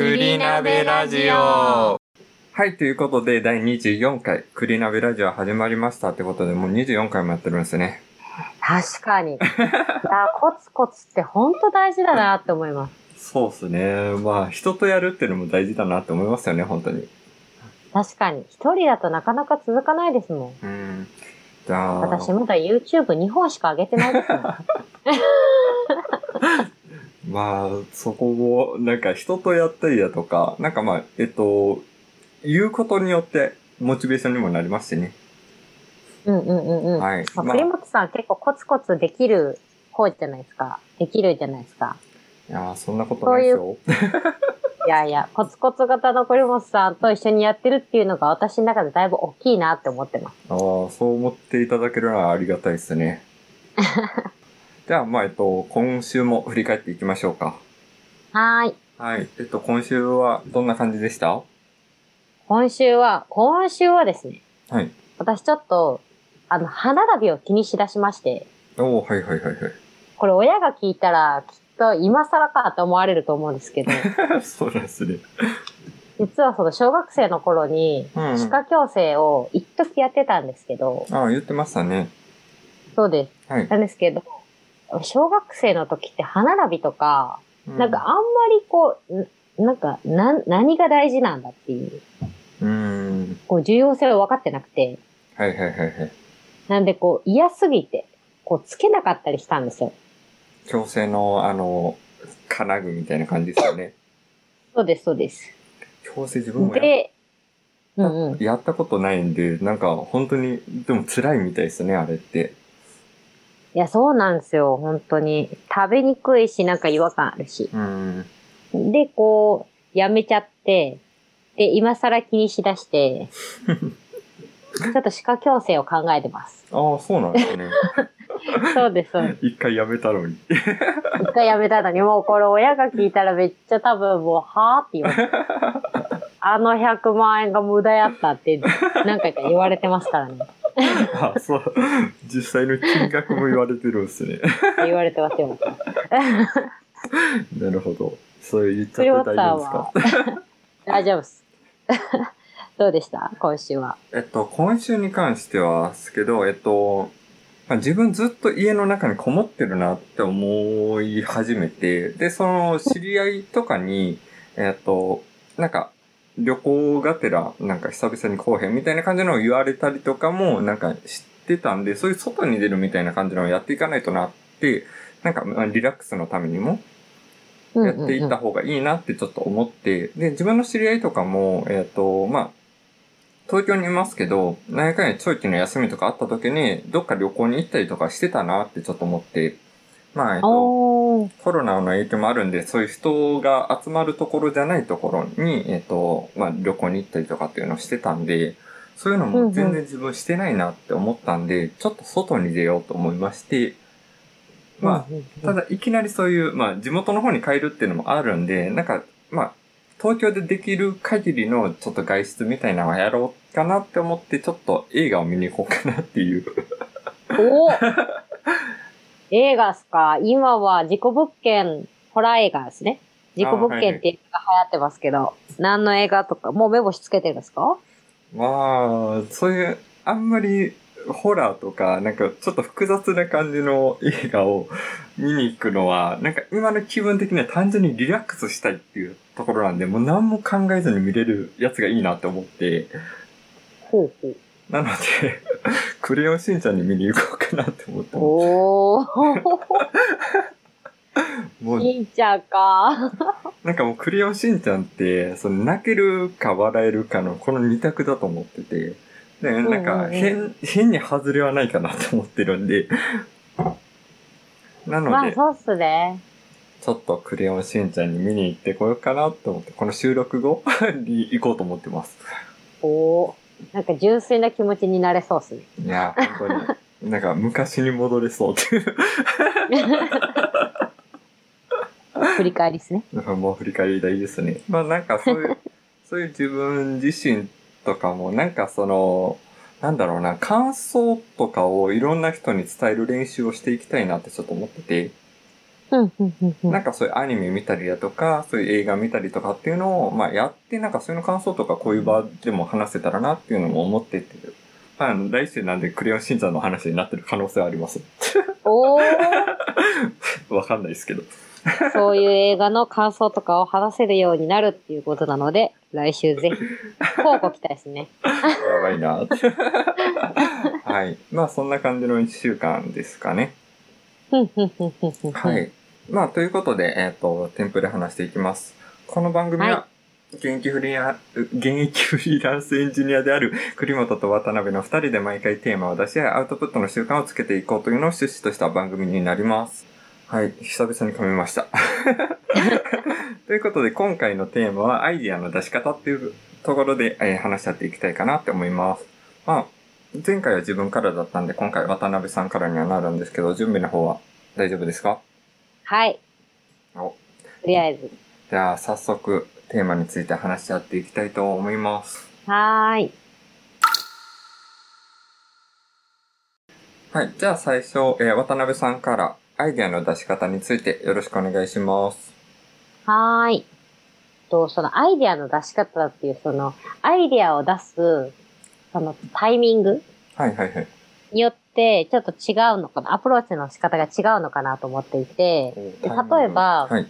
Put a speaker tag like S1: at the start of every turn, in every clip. S1: 栗鍋ラジオ
S2: はい、ということで、第24回、クリナベラジオ始まりましたってことで、もう24回もやってるんですね。
S1: 確かに。いやー、コツコツって本当大事だなって思います。
S2: そうですね。まあ、人とやるっていうのも大事だなって思いますよね、本当に。
S1: 確かに。一人だとなかなか続かないですも
S2: う
S1: ん。
S2: ん。じゃあ、
S1: 私まだ YouTube2 本しか上げてないですもん。
S2: まあ、そこを、なんか人とやったりだとか、なんかまあ、えっと、言うことによって、モチベーションにもなりますしね。
S1: うんうんうんうん。
S2: はい。ま
S1: まあ
S2: あ、
S1: 栗
S2: い
S1: 本さん結構コツコツできる方じゃないですか。できるじゃないですか。
S2: や、そんなことないですよ。
S1: いやいや、コツコツ型の栗本さんと一緒にやってるっていうのが私の中でだいぶ大きいなって思ってます。
S2: ああ、そう思っていただけるのはありがたいです ね。じゃあ、まあ、えっと、今週も振り返っていきましょうか。
S1: はーい。
S2: はい。えっと、今週はどんな感じでした
S1: 今週は、今週はですね、
S2: はい。
S1: 私ちょっと、あの、歯並びを気にしだしまして、
S2: おおはいはいはい
S1: これ親が聞いたら、きっと今更かと思われると思うんです けど、
S2: はい。そうなんですね。
S1: 実はその小学生の頃に、
S2: うんうん
S1: 歯科矯正を一時やってたんですけど、
S2: ああ、言ってましたね。
S1: そうです。
S2: はい。
S1: なんですけど、小学生の時って歯並びとか、なんかあんまりこう、んなんか、な、何が大事なんだっていう、
S2: うん、うーん。
S1: こう重要性を分かってなくて、
S2: はいはいはいはい。
S1: なんでこう嫌すぎて、こうつけなかったりしたんですよ。
S2: 強制の、あの、金具みたいな感じですよね。
S1: そうです、そうです。
S2: 強制自分もや
S1: で、うんうん。
S2: やったことないんで、なんか本当に、でも辛いみたいですね、あれって。
S1: いや、そうなんですよ、本当に。食べにくいし、なんか違和感あるし。
S2: うん。
S1: で、こう、やめちゃって、で、今更気にし だして、ちょっと歯科矯正を考えてます。
S2: ああ、そうなんです ね。
S1: そうです、そうです。
S2: 一回やめたのに。
S1: 一回やめたのに、もうこれ親が聞いたらめっちゃ多分もう、はぁって言われて。あの100万円が無駄やったって、何回か言われてますからね。
S2: ああ、そう。実際の金額も言われてるんですね。
S1: 言われてますよ。
S2: なるほど。それ言っちゃって
S1: ト
S2: 大
S1: ヨタ
S2: 丈夫ですか
S1: は。大丈夫です。 どうでした今週は。
S2: えっと、今週に関してはですけど、えっと、まあ、自分ずっと家の中にこもってるなって思い始めて、で、その知り合いとかに、えっと、なんか、旅行がてら、なんか久々に来おへんみたいな感じのを言われたりとかも、なんか知ってたんで、そういう外に出るみたいな感じのをやっていかないとなって、なんか、まあリラックスのためにも、やっていった方がいいなってちょっと思って、で、自分の知り合いとかも、えっ、と、まあ、東京にいますけど、何回か長期の休みとかあった時に、どっか旅行に行ったりとかしてたなってちょっと思って、まあ、えっ、と、
S1: おー
S2: コロナの影響もあるんで、そういう人が集まるところじゃないところに、えっ、と、まあ、旅行に行ったりとかっていうのをしてたんで、そういうのも全然自分してないなって思ったんで、ちょっと外に出ようと思いまして、まあ、
S1: うんうんうん
S2: ただ、いきなりそういう、まあ、地元の方に帰るっていうのもあるんで、なんか、まあ、東京でできる限りのちょっと外出みたいなのはやろうかなって思って、ちょっと映画を見に行こうかなっていう。
S1: おー 映画っすか今は自己物件、ホラー映画ですね。自己物件っていうのが流行ってますけど、何の映画とか、もう目星つけてるんですか
S2: まあ、そういう、あんまり、ホラーとか、なんかちょっと複雑な感じの映画を見に行くのは、なんか今の気分的には単純にリラックスしたいっていうところなんで、もう何も考えずに見れるやつがいいなって思って、
S1: ほうほう。
S2: なので、 クレヨンしんちゃんに見に行こうかなって思っても
S1: おー、
S2: うもう、
S1: いいちゃんか。
S2: なんかもうクレヨンしんちゃんって、その泣けるか笑えるかのこの二択だと思ってて、で、なん
S1: うんうんう
S2: か
S1: ん
S2: 変、変に外れはないかなと思ってるんで、なの
S1: まあ
S2: で、
S1: そうっすね。
S2: ちょっとクレヨンしんちゃんに見に行ってこようかなと思って、この収録後 に行こうと思ってます。
S1: おー。なんか純粋な気持ちになれそうっすね。
S2: いや、本当 に、なんか昔に戻れそうっていう、
S1: 振り返りですね。
S2: なんかもう振り返り大事ですね。まあなんかそう いう、そういう自分自身とかも、なんかその、なんだろうな、感想とかをいろんな人に伝える練習をしていきたいなってちょっと思ってて、
S1: うん、うん、うん、うん。
S2: なんかそういうアニメ見たりだとか、そういう映画見たりとかっていうのを、まあやって、なんかそういうの感想とかこういう場でも話せたらなっていうのも思ってて、まあ、来週なんでクレヨンしんちゃんの話になってる可能性はあります。
S1: おー、
S2: わかんない ですけど。
S1: そういう映画の感想とかを話せるようになるっていうことなので、来週 ぜひ、こうご期待ですね。
S2: やばいなってはい。まあそんな感じの1週間ですかね。
S1: うん、うん、うん、うん、うん。
S2: は。い。まあ、ということで、えっ、と、テンプで話していきます。この番組は、
S1: は
S2: 現役フリーラン、現役フリーランスエンジニアである栗本と渡辺の二人で毎回テーマを出し合い、アウトプットの習慣をつけていこうというのを趣旨とした番組になります。はい。久々に噛みま した。ということで、今回のテーマは、アイディアの出し方っていうところで、えー話し合っていきたいかなって思います。まあ、前回は自分からだったんで、今回は渡辺さんからにはなるんですけど、準備の方は大丈夫ですか
S1: はい。
S2: お
S1: とりあえず。
S2: じゃあ、早速、テーマについて話し合っていきたいと思います。
S1: はーい。
S2: はい。じゃあ、最初、えー渡辺さんから、アイデアの出し方についてよろしくお願いします。
S1: はーい。と、そのアイデアの出し方だっていう、その、アイデアを出す、そのタイミング
S2: はいはいはい。
S1: によって、ちょっと違うのかな、アプローチの仕方が違うのかなと思っていて、で例えば
S2: はい。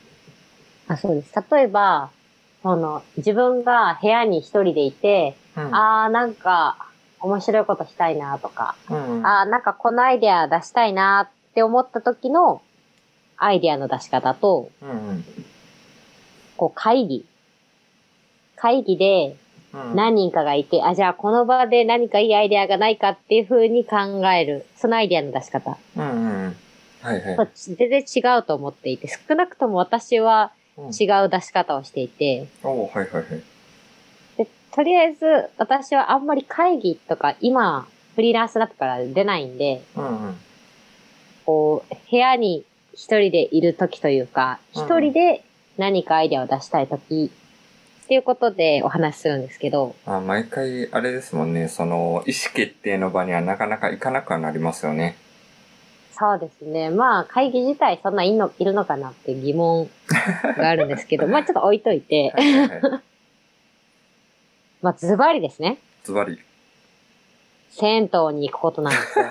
S1: あ、そうです。例えば、その、自分が部屋に一人でいて、
S2: あ
S1: あーなんか、面白いことしたいなとか、
S2: うん。
S1: あーなんかこのアイデア出したいなって思った時の、アイデアの出し方と、
S2: うんうん
S1: こう会議。会議で、
S2: うん。
S1: 何人かがいて、あ、じゃあこの場で何かいいアイデアがないかっていう風に考える。そのアイデアの出し方。
S2: うんうんうん。はいはい。
S1: そう全然違うと思っていて、少なくとも私は
S2: うん
S1: 違う出し方をしていて、
S2: おーはいはいはい。
S1: でとりあえず私はあんまり会議とか今、フリーランスになってから出ないんで、
S2: うんうん。
S1: こう、部屋に一人でいる時というか、
S2: うん
S1: 一人で何かアイデアを出したい時っていうことでお話しするんですけど、
S2: あ毎回、あれですもんね、その、意思決定の場にはなかなか行かなくはなりますよね。
S1: そうですね。まあ、会議自体そんないんのいるのかなって疑問があるんで すけど、まあちょっと置いといて、
S2: はいはい はい。
S1: まあズバリですね。
S2: ズバ リ。
S1: 銭湯に行くことなんですよ。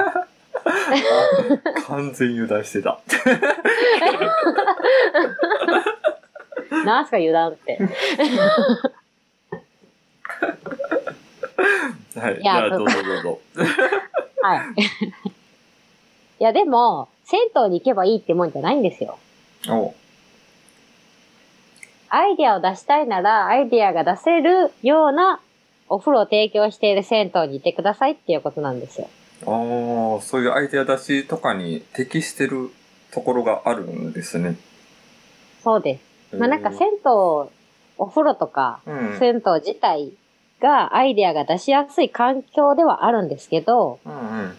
S2: あ完全油断してた。
S1: なんすか油断 って。
S2: はい。
S1: い
S2: じ
S1: や
S2: ゃあ、どうぞどうぞ。
S1: はい。 いや、でも、銭湯に行けばいいってもんじゃないんですよ。
S2: おう
S1: アイデアを出したいなら、アイデアが出せるようなお風呂を提供している銭湯にいてくださいっていうことなんですよ。
S2: ああ、そういうアイデア出しとかに適してるところがあるんですね。
S1: そうです。まあなんか銭湯、お風呂とか、
S2: うん、
S1: 銭湯自体がアイデアが出しやすい環境ではあるんですけど、
S2: うんうん。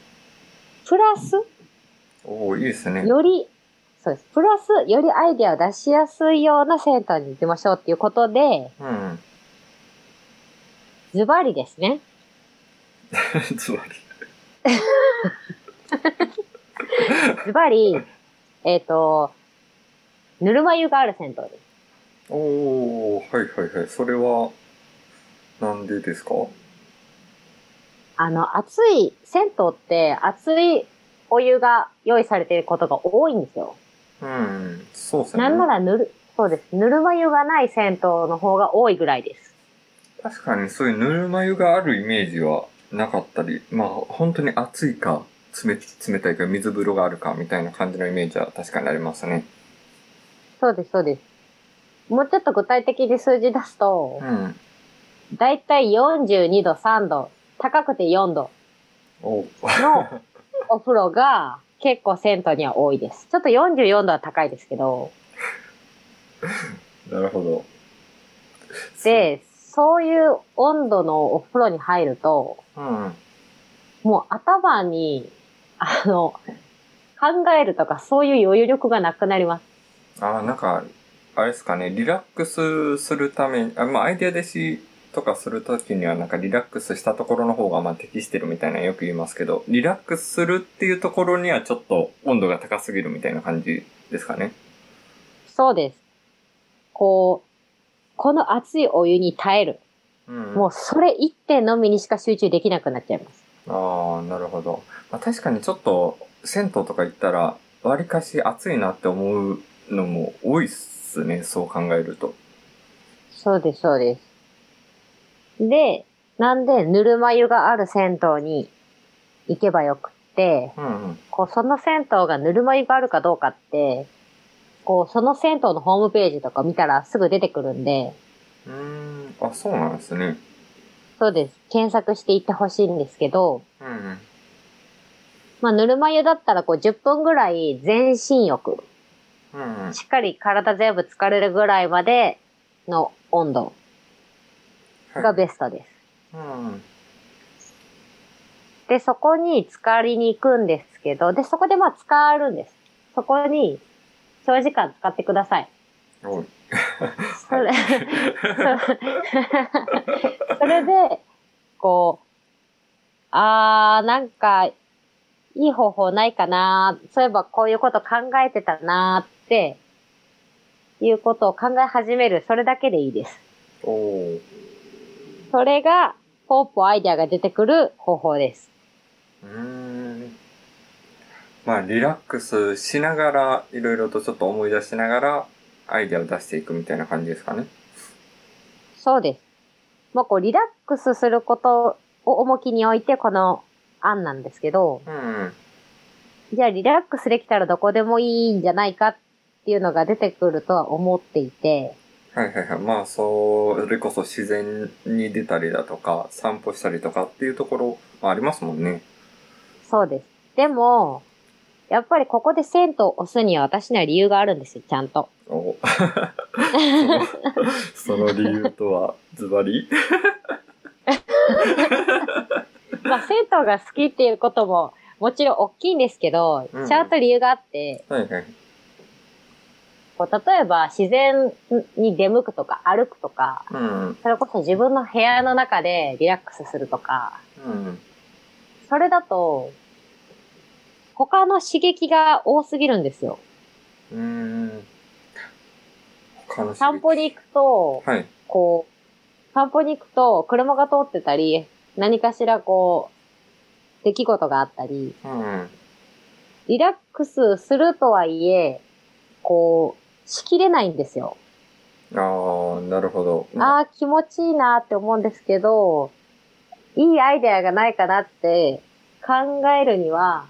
S1: プラス、
S2: おおいいですね。
S1: より、そうです。プラス、よりアイデアを出しやすいような銭湯に行きましょうっていうことで、
S2: うんうん。
S1: ズバリですね。
S2: つまり。
S1: ズバリ、えっ、と、ぬるま湯がある銭湯です。
S2: おおはいはいはい。それは、なんでですか
S1: あの、暑い、銭湯って暑いお湯が用意されていることが多いんですよ。
S2: うんうん。そうですね。
S1: なんならぬる、そうです。ぬるま湯がない銭湯の方が多いぐらいです。
S2: 確かにそういうぬるま湯があるイメージはなかったり、まあ本当に暑いか、冷冷たいか、水風呂があるかみたいな感じのイメージは確かにありますね。
S1: そうです、そうです。もうちょっと具体的に数字出すと
S2: う、ん。
S1: だいたい42度、3度、高くて4度
S2: おう
S1: のお風呂が結構銭湯には多いです。ちょっと44度は高いですけど、
S2: なるほど。
S1: で、そういう温度のお風呂に入ると、
S2: うん。
S1: もう頭に、あの、考えるとかそういう余裕力がなくなります。
S2: ああ、なんか、あれですかね、リラックスするために、あまあ、アイデア出しとかするときには、なんかリラックスしたところの方が、まあ、適してるみたいなのよく言いますけど、リラックスするっていうところには、ちょっと温度が高すぎるみたいな感じですかね。
S1: そうです。こう、この熱いお湯に耐える。
S2: うん
S1: もうそれ一点のみにしか集中できなくなっちゃいます。
S2: ああ、なるほど。まあ、確かにちょっと、銭湯とか行ったら、わりかし暑いなって思うのも多いっすね、そう考えると。
S1: そうです、そうです。で、なんで、ぬるま湯がある銭湯に行けばよくって、
S2: うんうん。
S1: こう、その銭湯がぬるま湯があるかどうかって、こう、その銭湯のホームページとか見たらすぐ出てくるんで、
S2: うーん、あ、そうなんですね。
S1: そうです。検索していってほしいんですけど、
S2: うんうん。
S1: まあ、ぬるま湯だったらこう、10分ぐらい全身浴。
S2: うんうん。
S1: しっかり体全部疲れるぐらいまでの温度がベストで
S2: う
S1: す。
S2: んうん。
S1: で、そこに浸かりに行くんですけど、で、そこでまあ使わるんです。そこに長時間使ってください。
S2: おい。
S1: それ それで、こう、あー、なんか、いい方法ないかなそういえばこういうこと考えてたなーって、いうことを考え始める。それだけでいいです。
S2: おお。
S1: それが、ポーポアイデアが出てくる方法です。
S2: うーん。まあ、リラックスしながら、いろいろとちょっと思い出しながら、アイデアを出していくみたいな感じですかね。
S1: そうです。もうこう、リラックスすることを重きに置いて、この案なんですけど、
S2: うんうん。
S1: じゃあリラックスできたらどこでもいいんじゃないかっていうのが出てくるとは思っていて、
S2: はいはいはい。まあ、それこそ自然に出たりだとか、散歩したりとかっていうところまあありますもんね。
S1: そうです。でも、やっぱりここで銭湯を押すには私には理由があるんですよ、ちゃんと。
S2: おその理由とは、ズバリ
S1: まあ、銭湯が好きっていうことももちろん大きいんですけど、
S2: うん
S1: ちゃんと理由があって、
S2: はいはい。
S1: こう例えば自然に出向くとか歩くとか、
S2: うん。うん。
S1: それこそ自分の部屋の中でリラックスするとか、
S2: うん。
S1: それだと、他の刺激が多すぎるんですよ。
S2: うーん。他の刺激
S1: 散歩に行くと、
S2: はい。
S1: こう、散歩に行くと車が通ってたり、何かしらこう、出来事があったり、
S2: うん。
S1: リラックスするとはいえ、こう、しきれないんですよ。
S2: ああ、なるほど。
S1: ああ、気持ちいいなって思うんですけど、いいアイデアがないかなって考えるには、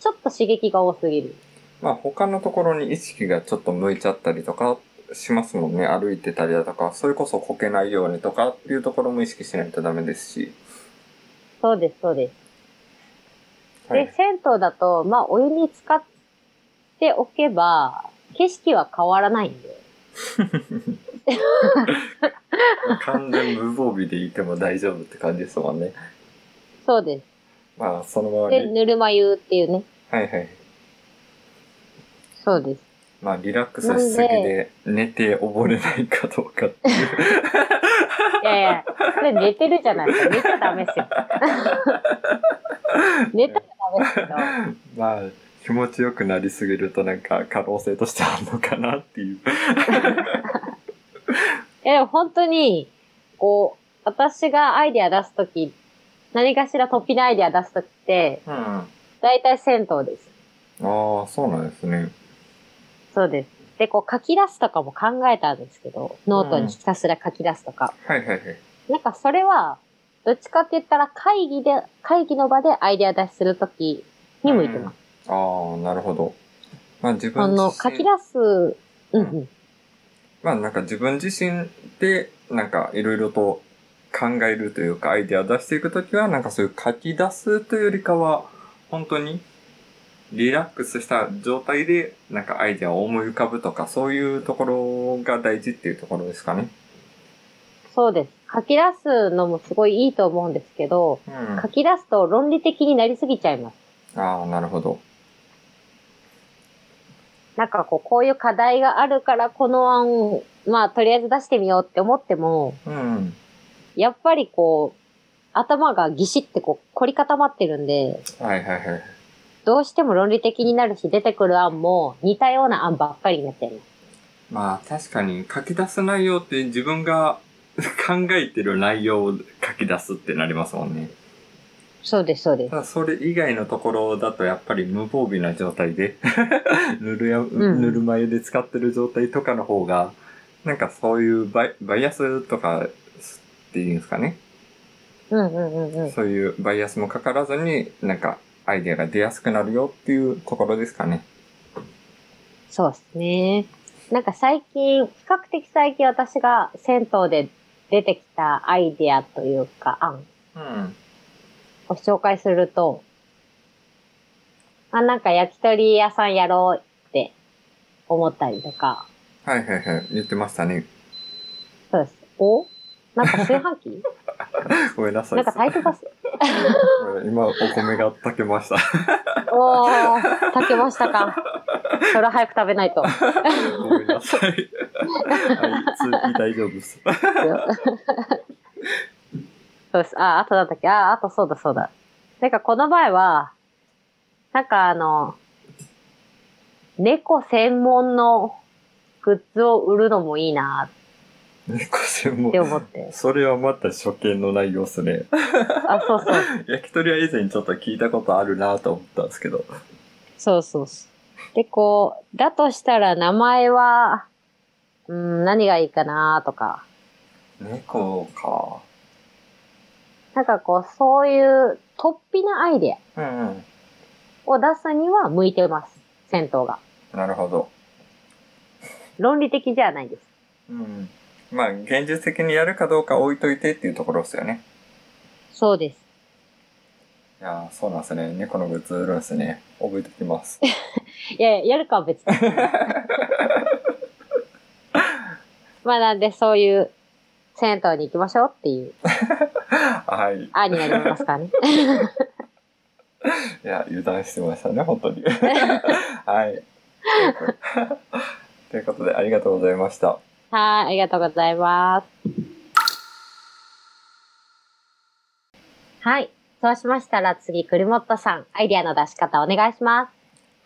S1: ちょっと刺激が多すぎる。
S2: まあ他のところに意識がちょっと向いちゃったりとかしますもんね。歩いてたりだとか、それこそこけないようにとかっていうところも意識しないとダメですし。
S1: そうです、そうです。
S2: はい
S1: で、銭湯だと、まあ、お湯に使っておけば、景色は変わらないんで。
S2: 完全無防備でいても大丈夫って感じですもんね。
S1: そうです。
S2: まあ、そのまま
S1: で、
S2: リ、
S1: ぬるま湯っていうね。
S2: はいはい。
S1: そうです。
S2: まあ、リラックスしすぎで寝て溺れないかどうかっていう。
S1: いやいや、これ寝てるじゃないですか。寝ちゃダメっすよ。 寝たらダメっすけど。
S2: まあ、気持ちよくなりすぎるとなんか可能性としてあるのかなっていう。
S1: いや、でも本当に、こう、私がアイデア出すとき、何かしら突飛なアイデア出すときって、
S2: うん。あ
S1: だいたい銭湯です。
S2: あ、そうなんですね。
S1: そうです。で、こう書き出すとかも考えたんですけど、ノートにひたすら書き出すとか。
S2: はいはいはい。
S1: なんかそれは、どっちかって言ったら会議で、会議の場でアイデア出しするときに向いてます。
S2: ああ、なるほど。まあ自分
S1: あの、
S2: 自
S1: 書
S2: 身
S1: き出す、うんうん。
S2: まあなんか自分自身で、なんかいろいろと考えるというか、アイデア出していくときは、なんかそういう書き出すというよりかは、本当にリラックスした状態で、なんかアイデアを思い浮かぶとか、そういうところが大事っていうところですかね。
S1: そうです。書き出すのもすごいいいと思うんですけど、
S2: うん。
S1: 書
S2: あ
S1: き出すと論理的になりすぎちゃいます。
S2: あ、なるほど。
S1: なんかこう、こういう課題があるから、この案、まあ、とりあえず出してみようって思っても、
S2: うん。
S1: やっぱりこう、頭がぎしってこう、凝り固まってるんで、
S2: はいはいはい。
S1: どうしても論理的になるし、出てくる案も似たような案ばっかりになっちゃいます。
S2: まあ確かに書き出す内容って自分が 考えてる内容を書き出すってなりますもんね。
S1: そうです、そうです
S2: た。だそれ以外のところだとやっぱり無防備な状態で ぬるや、
S1: ん
S2: ぬるま湯で使ってる状態とかの方が、なんかそういうバイバイアスとかっていうんですかね。
S1: うんうんうんうん。
S2: そういうバイアスもかからずに、なんかアイデアが出やすくなるよっていうところですかね。
S1: そうですね。なんか最近、比較的最近私が銭湯で出てきたアイデアというか案
S2: うん。
S1: を紹介すると、あ、なんか焼き鳥屋さんやろうって思ったりとか、
S2: はいはいはい。言ってましたね。
S1: そうです。おなんか炊飯器
S2: ごめんなさい。
S1: なんか炊いてます
S2: 今、お米が炊けました。
S1: おー、炊けましたか。それは早く食べないと。
S2: ごめんなさい。はい、続き大丈夫です。
S1: そうです。あ、あとなんだっけ。あ、あとそうだそうだ。なんかこの前は、なんかあの、猫専門のグッズを売るのもいいな
S2: 猫専
S1: って
S2: 門。
S1: 思って。
S2: それはまた初見の内容ですね。
S1: あ、そうそう。
S2: 焼き鳥は以前ちょっと聞いたことあるなと思ったんですけど。
S1: そうそうそう。で、こう、だとしたら名前は、うん、何がいいかなとか。
S2: 猫か。
S1: なんかこう、そういう突飛なアイデ
S2: うんうん。
S1: アを出すには向いてます。戦闘が。
S2: なるほど。
S1: 論理的じゃないです。
S2: うん。まあ、現実的にやるかどうか置いといてっていうところですよね。
S1: そうです。
S2: いやーそうなんですね。猫のグッズ売るんですね。覚えておき ます。
S1: いやいや、やるかは別に。 まあなんで、そういう、銭湯に行きましょうっていう、
S2: はい。い
S1: 案になりますから ね。
S2: や、油断してましたね、本当に。はい。 ということで、ありがとうございました。
S1: はい、ありがとうございます。はい。そうしましたら次、くりもっとさん、アイディアの出し方お願いしま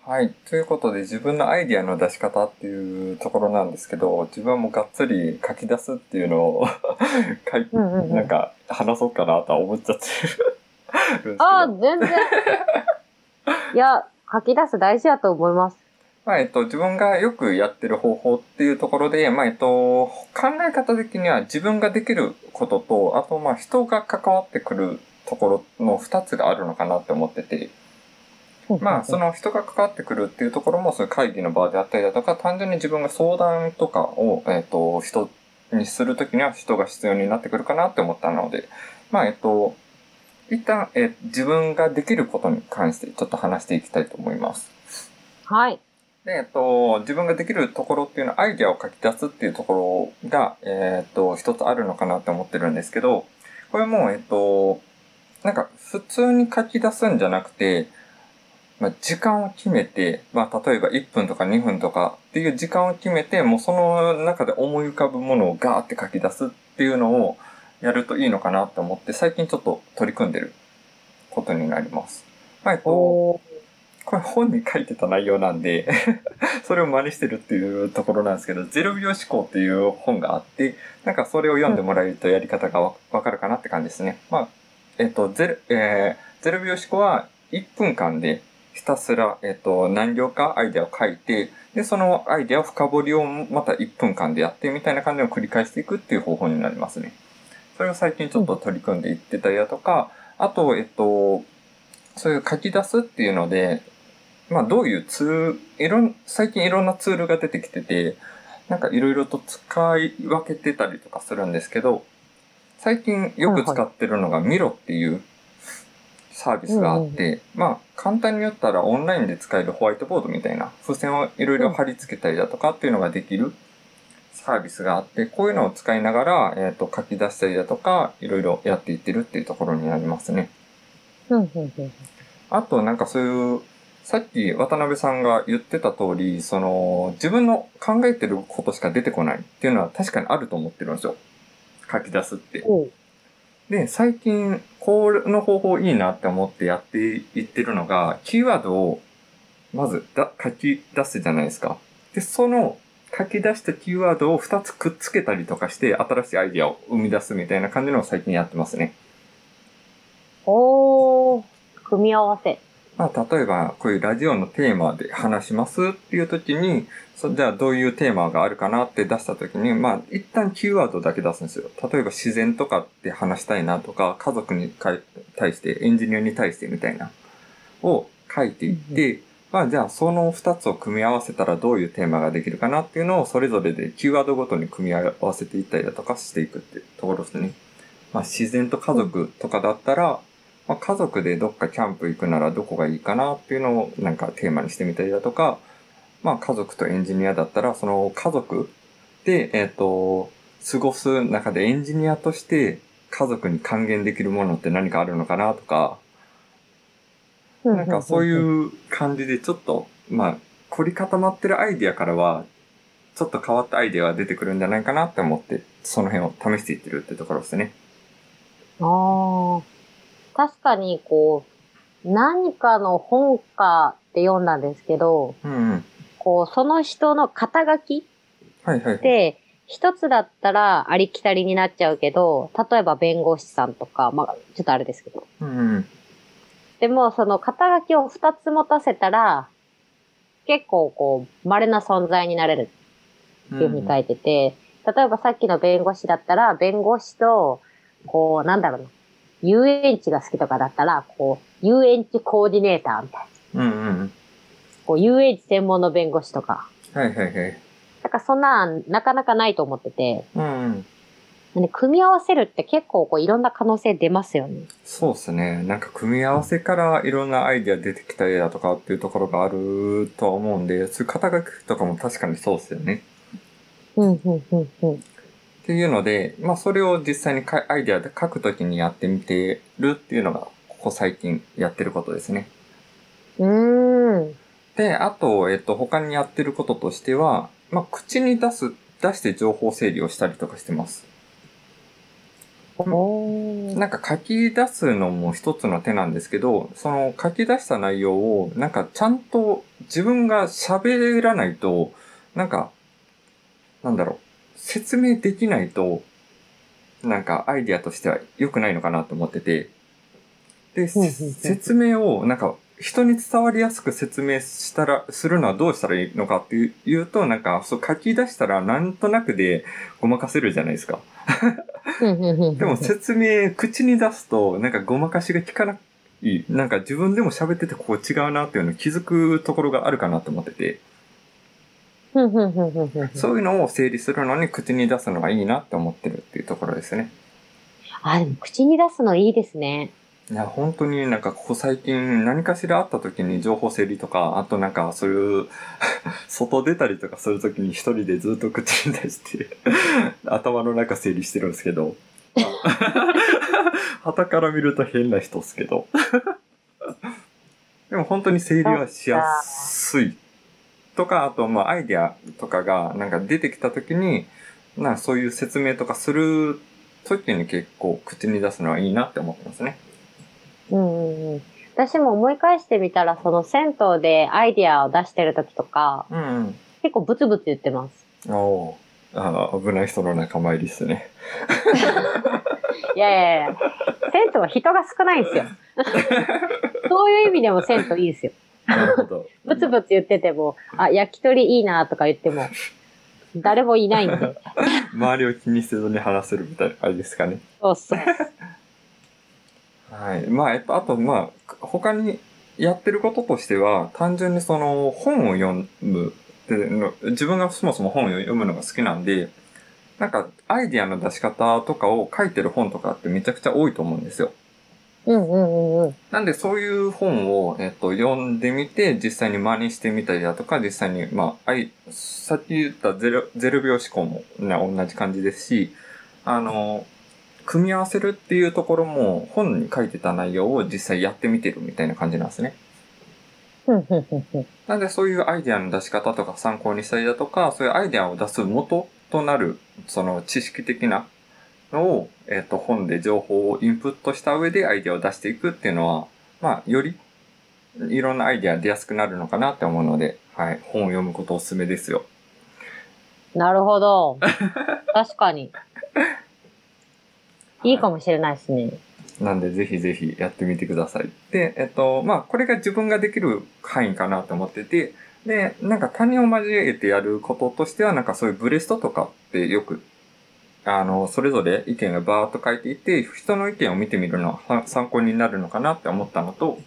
S1: す。
S2: はい。ということで、自分のアイディアの出し方っていうところなんですけど、自分はもうがっつり書き出すっていうのを書い、
S1: うんうんうん
S2: なんか話そうかなとは思っちゃってるんですけど。
S1: ああ、全然。いや、書き出す大事やと思います。
S2: まあ、えっと、自分がよくやってる方法っていうところで、まあ、えっと、考え方的には自分ができることと、あと、まあ、人が関わってくるところの二つがあるのかなって思ってて、まあ、その人が関わってくるっていうところも、そういう会議の場であったりだとか、単純に自分が相談とかを、えっと、人にするときには人が必要になってくるかなって思ったので、まあ、えっと、一旦、え、自分ができることに関してちょっと話していきたいと思います。
S1: はい。
S2: で、えっと、自分ができるところっていうのはアイデアを書き出すっていうところが、えーっと、一つあるのかなって思ってるんですけど、これも、えっと、なんか普通に書き出すんじゃなくて、まあ、時間を決めて、まあ、例えば1分とか2分とかっていう時間を決めて、もうその中で思い浮かぶものをガーって書き出すっていうのをやるといいのかなと思って、最近ちょっと取り組んでることになります。まあ、えっと、
S1: おー。
S2: これ本に書いてた内容なんで、 それを真似してるっていうところなんですけど、0秒思考っていう本があって、なんかそれを読んでもらえるとやり方がわわかるかなって感じですね。まあ、えっ、と、ゼロ、えー、0秒思考は1分間でひたすら、えっ、と、何行かアイデアを書いて、で、そのアイデアを深掘りをまた1分間でやってみたいな感じを繰り返していくっていう方法になりますね。それを最近ちょっと取り組んでいってたりだとか、あと、えっ、と、そういう書き出すっていうので、まあどういうツール、いろん、最近いろんなツールが出てきてて、なんかいろいろと使い分けてたりとかするんですけど、最近よく使ってるのがミロっていうサービスがあって、まあ簡単に言ったらオンラインで使えるホワイトボードみたいな付箋をいろいろ貼り付けたりだとかっていうのができるサービスがあって、こういうのを使いながら、えっ、と書き出したりだとか、いろいろやっていってるっていうところになりますね。
S1: うんうんうん。
S2: あとなんかそういう、さっき渡辺さんが言ってた通り、その、自分の考えてることしか出てこないっていうのは確かにあると思ってるんですよ。書き出すって。
S1: おー
S2: で、最近、この方法いいなって思ってやっていってるのが、キーワードを、まずだ書き出すじゃないですか。で、その書き出したキーワードを2つくっつけたりとかして、新しいアイディアを生み出すみたいな感じのを最近やってますね。
S1: おー、組み合わせ。
S2: まあ、例えば、こういうラジオのテーマで話しますっていう時に、そじゃあどういうテーマがあるかなって出した時に、まあ、一旦キーワードだけ出すんですよ。例えば自然とかって話したいなとか、家族にかい対して、エンジニアに対してみたいな、を書いていって、まあ、じゃあその二つを組み合わせたらどういうテーマができるかなっていうのを、それぞれでキーワードごとに組み合わせていったりだとかしていくっていうところですね。まあ、自然と家族とかだったら、まあ、家族でどっかキャンプ行くならどこがいいかなっていうのをなんかテーマにしてみたりだとか、まあ家族とエンジニアだったら、その家族で、えっ、と、過ごす中でエンジニアとして家族に還元できるものって何かあるのかなとか、なんかそう
S1: う。
S2: いう感じでちょっと、まあ、凝り固まってるアイディアからは、ちょっと変わったアイディアが出てくるんじゃないかなって思って、その辺を試していってるってところですね。
S1: ああ。確かに、こう、何かの本かって読んだんですけど、
S2: うんうん。
S1: こう、その人の肩書き
S2: はいはい、は
S1: っ
S2: い。
S1: て、一つだったらありきたりになっちゃうけど、例えば弁護士さんとか、まあ、ちょっとあれですけど。
S2: うんうん。
S1: でも、その肩書きを二つ持たせたら、結構こう、稀な存在になれる
S2: う
S1: っ
S2: ん
S1: ていうふうに書いてて、例えばさっきの弁護士だったら、弁護士と、こう、なんだろうな、遊園地が好きとかだったら、こう、遊園地コーディネーターみたいな。
S2: うんうんうん。
S1: こう、遊園地専門の弁護士とか。
S2: はいはいはい。
S1: なんかそんなん、なかなかないと思ってて、
S2: うんうん。
S1: なんで組み合わせるって結構こう、いろんな可能性出ますよね。
S2: そうですね。なんか組み合わせからいろんなアイディア出てきたりだとかっていうところがあるとは思うんで、そういう肩書きとかも確かにそうですよね。
S1: うん、うん、うん、うん。
S2: っていうので、まあそれを実際にかアイディアで書くときにやってみてるっていうのが、ここ最近やってることですね。
S1: うーん。
S2: で、あと、えっと、他にやってることとしては、まあ口に出す、出して情報整理をしたりとかしてます。
S1: おー。
S2: なんか書き出すのも一つの手なんですけど、その書き出した内容を、なんかちゃんと自分が喋らないと、なんか、なんだろう、説明できないと、なんかアイディアとしては良くないのかなと思ってて、で、
S1: うんうん
S2: 説明を、なんか、人に伝わりやすく説明したら、するのはどうしたらいいのかっていう言うと、なんか、そう書き出したらなんとなくでごまかせるじゃないですか。で
S1: で
S2: も説明、口に出すと、なんかごまかしが効かない、なんか自分でも喋っててこう違うなっていうの気づくところがあるかなと思ってて、そういうのを整理するのに口に出すのがいいなって思ってるっていうところですね。
S1: あ、でも口に出すのいいですね。
S2: いや、本当になんかここ最近何かしらあった時に情報整理とか、あとなんかそういう、 外出たりとかする時に一人でずっと口に出して、頭の中整理してるんですけど、 旗から見ると変な人っすけど。でも本当に整理はしやすい。とか、あとまあアイデアとかがなんか出てきた時に、なんかそういう説明とかする時に結構口に出すのはいいなって思ってますね。
S1: うんうんうん。私も思い返してみたら、その銭湯でアイディアを出してる時とか、
S2: うん、
S1: 結構ブツブツ言ってます。
S2: うん。おーあー危ない人の仲間入りですね。
S1: いやいやいや、銭湯は人が少ないんです よ。そういう意味でも銭湯いいですよ。
S2: なるほど。
S1: ブツブツ言ってても、あ、焼き鳥いいなとか言っても、誰もいないんで。
S2: 周りを気にせずに話せるみたいな、あれですかね。
S1: そうそう。
S2: はい。まあ、やっぱ、あと、まあ、他にやってることとしては、単純にその、本を読むっていうの自分がそもそも本を読むのが好きなんで、なんか、アイディアの出し方とかを書いてる本とかってめちゃくちゃ多いと思うんですよ。
S1: うんうんうんうん。
S2: なんで、そういう本を、えっと、読んでみて、実際に真似してみたりだとか、実際に、まあ、あい、さっき言ったゼロ、ゼロ秒思考も、ね、同じ感じですし、あの、組み合わせるっていうところも、本に書いてた内容を実際やってみてるみたいな感じなんですね。
S1: うんうんうんうん
S2: なんでそういうアイデアの出し方とか参考にしたりだとか、そういうアイデアを出す元となる、その知識的なのを、えっ、と、本で情報をインプットした上でアイデアを出していくっていうのは、まあ、より、いろんなアイデア出やすくなるのかなって思うので、はい、本を読むことおすすめですよ。
S1: なるほど。確かに。いいかもしれないですね。
S2: なんで、ぜひぜひやってみてください。で、えっと、まあ、これが自分ができる範囲かなと思ってて、で、なんか他人を交えてやることとしては、なんかそういうブレストとかってよく、あの、それぞれ意見がバーっと書いていて、人の意見を見てみるのは参考になるのかなって思ったのと、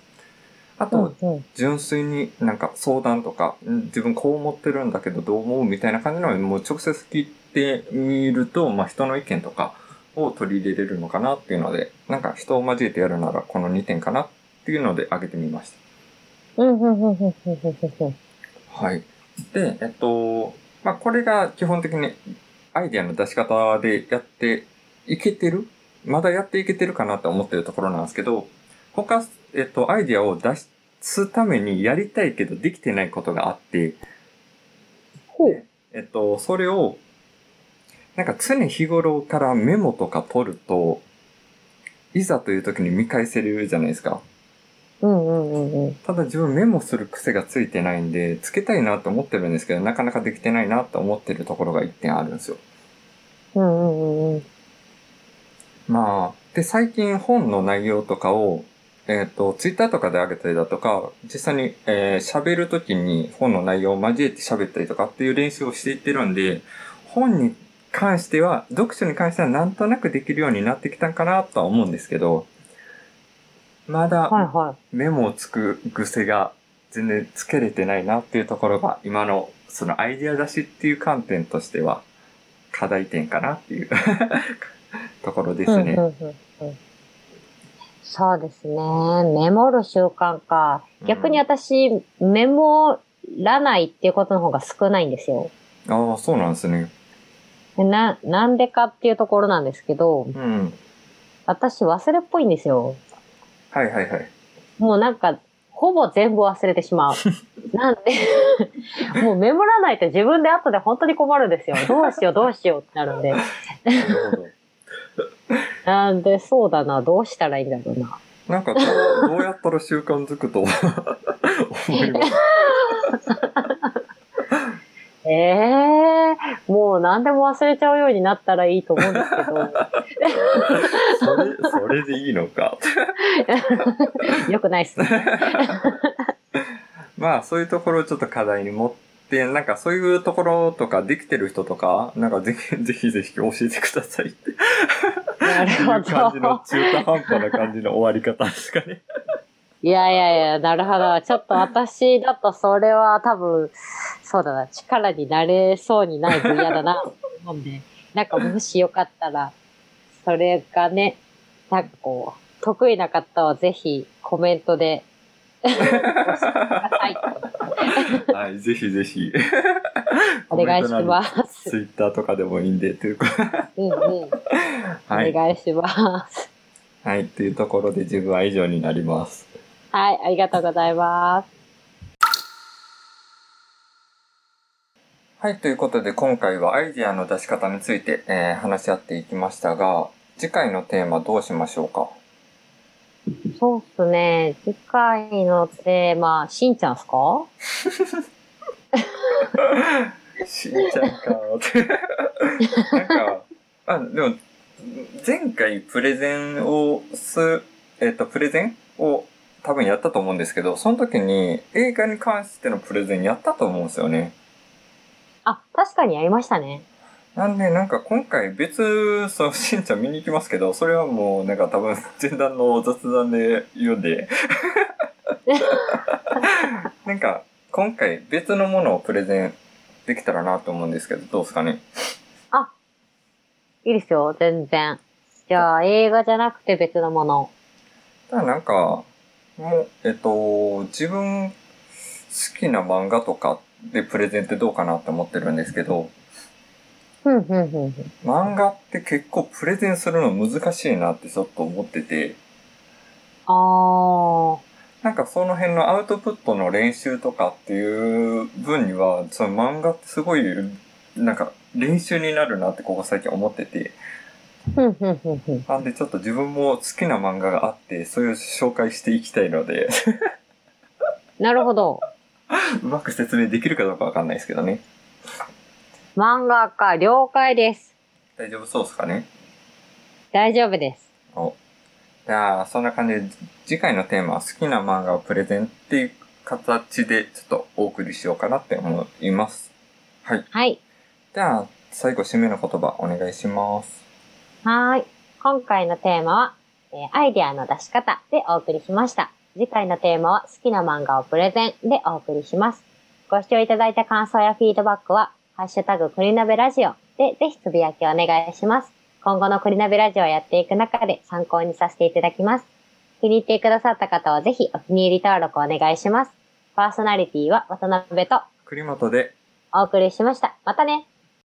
S2: あと、
S1: うんうん。
S2: 純粋になんか相談とか、ん自分こう思ってるんだけどどう思うみたいな感じのをもう直接聞いてみると、まあ人の意見とかを取り入れれるのかなっていうので、なんか人を交えてやるならこの2点かなっていうので挙げてみまし
S1: うんうんうんうんうんうんうん。
S2: た。はい。で、えっと、まあこれが基本的にアイデアの出し方でやっていけてるまだやっていけてるかなって思ってるところなんですけど、他、えっと、アイデアを出すためにやりたいけどできてないことがあって、
S1: ほう。
S2: えっと、それを、なんか常日頃からメモとか取ると、いざという時に見返せるじゃないですか。
S1: うんうんうんうん。
S2: ただ自分メモする癖がついてないんで、つけたいなと思ってるんですけど、なかなかできてないなと思ってるところが一点あるんですよ。
S1: うんうんうんうん。
S2: まあ、で、最近本の内容とかを、えっ、と、ツイッターとかで上げたりだとか、実際に、えー喋るときに本の内容を交えて喋ったりとかっていう練習をしていってるんで、本に関しては、読書に関してはなんとなくできるようになってきたんかなとは思うんですけど、ま
S1: はい
S2: だ
S1: は
S2: メモをつく癖が全然つけれてないなっていうところが、今のそのアイデア出しっていう観点としては、課題点かなっていう ところで
S1: い。うん
S2: す
S1: うん
S2: ね。
S1: うんうん。そうですね。メモる習慣か。逆に私、メモらないっていうことの方が少ないんですよ。
S2: ああ、そうなんですね。
S1: でな、なんでかっていうところなんですけど、
S2: うん。
S1: 私忘れっぽいんですよ。
S2: はいはいはい。
S1: もうなんか、ほぼ全部忘れてしまう。なんで、もうメモらないと自分で後で本当に困るんですよ。どうしようどうしようってなるんで。
S2: なるほど。
S1: なんで、そうだな、どうしたらいいんだろうな。
S2: なんかどう、どうやったら習慣づく と思います。
S1: ええー、もう何でも忘れちゃうようになったらいいと思うんですけ ど、
S2: それ、それでいいのか。
S1: よくないっすね。
S2: まあ、そういうところをちょっと課題に持って、なんかそういうところとかできてる人とか、なんかぜひ、 ぜひぜひ教えてくださいっていう感
S1: なる
S2: じ
S1: ほ
S2: の
S1: ど。
S2: 中途半端な感じの終わり方ですかね。
S1: いやいやいや、なるほど。ちょっと私だとそれは多分、そうだな、力になれそうにない分野だな、思うんで。なんかもしよかったら、それがね、なんかこう、得意な方はぜひコメントで、はい、
S2: はい、ぜひぜひ。。
S1: お願いします
S2: ツイッターとかでもいいんで、というか。
S1: うんうん、
S2: はい
S1: お。願いします。
S2: はい、っていうところで自分は以上になります。
S1: はい、ありがとうございます。
S2: はい、ということで今回はアイデアの出し方について、えー話し合っていきましたが、次回のテーマどうしましょうか
S1: そうっすね。次回のテーマ、しんちゃんっすか
S2: しんちゃんかーなんか、あ、でも、前回プレゼンをす、えっ、と、プレゼンを多分やったと思うんですけど、その時に映画に関してのプレゼンやったと思うんですよね。
S1: あ、確かにやりましたね。
S2: なんで、なんか今回別、その、しんちゃん見に行きますけど、それはもう、なんか多分、前段の雑談で読んで、なんか、今回別のものをプレゼンできたらなと思うんですけど、どうですかね。
S1: いいですよ、全然。じゃあ、映画じゃなくて別のもの。
S2: ただなんか、もう、えっと、自分、好きな漫画とかでプレゼンってどうかなって思ってるんですけど、
S1: ふんふんふんふん。
S2: 漫画って結構プレゼンするの難しいなってちょっと思ってて、
S1: あー。
S2: なんかその辺のアウトプットの練習とかっていう分には、その漫画ってすごい、なんか練習になるなってここ最近思ってて。
S1: ふんふんふんふん。
S2: なんでちょっと自分も好きな漫画があって、それを紹介していきたいので、
S1: なるほど。
S2: うまく説明できるかどうかわかんないですけどね。
S1: 漫画家、了解です。
S2: 大丈夫そうですかね
S1: 大丈夫です。
S2: お。じゃあ、そんな感じで、次回のテーマは好きな漫画をプレゼンっていう形で、ちょっとお送りしようかなって思います。はい。
S1: はい。
S2: じゃあ、最後、締めの言葉、お願いします。
S1: はーい。今回のテーマは、えーアイデアの出し方でお送りしました。次回のテーマは、好きな漫画をプレゼンでお送りします。ご視聴いただいた感想やフィードバックは、ハッシュタグ、クリナベラジオでぜひつぶやきをお願いします。今後のクリナベラジオをやっていく中で参考にさせていただきます。気に入ってくださった方はぜひお気に入り登録お願いします。パーソナリティは渡辺と
S2: 栗本で、
S1: お送りしました。またね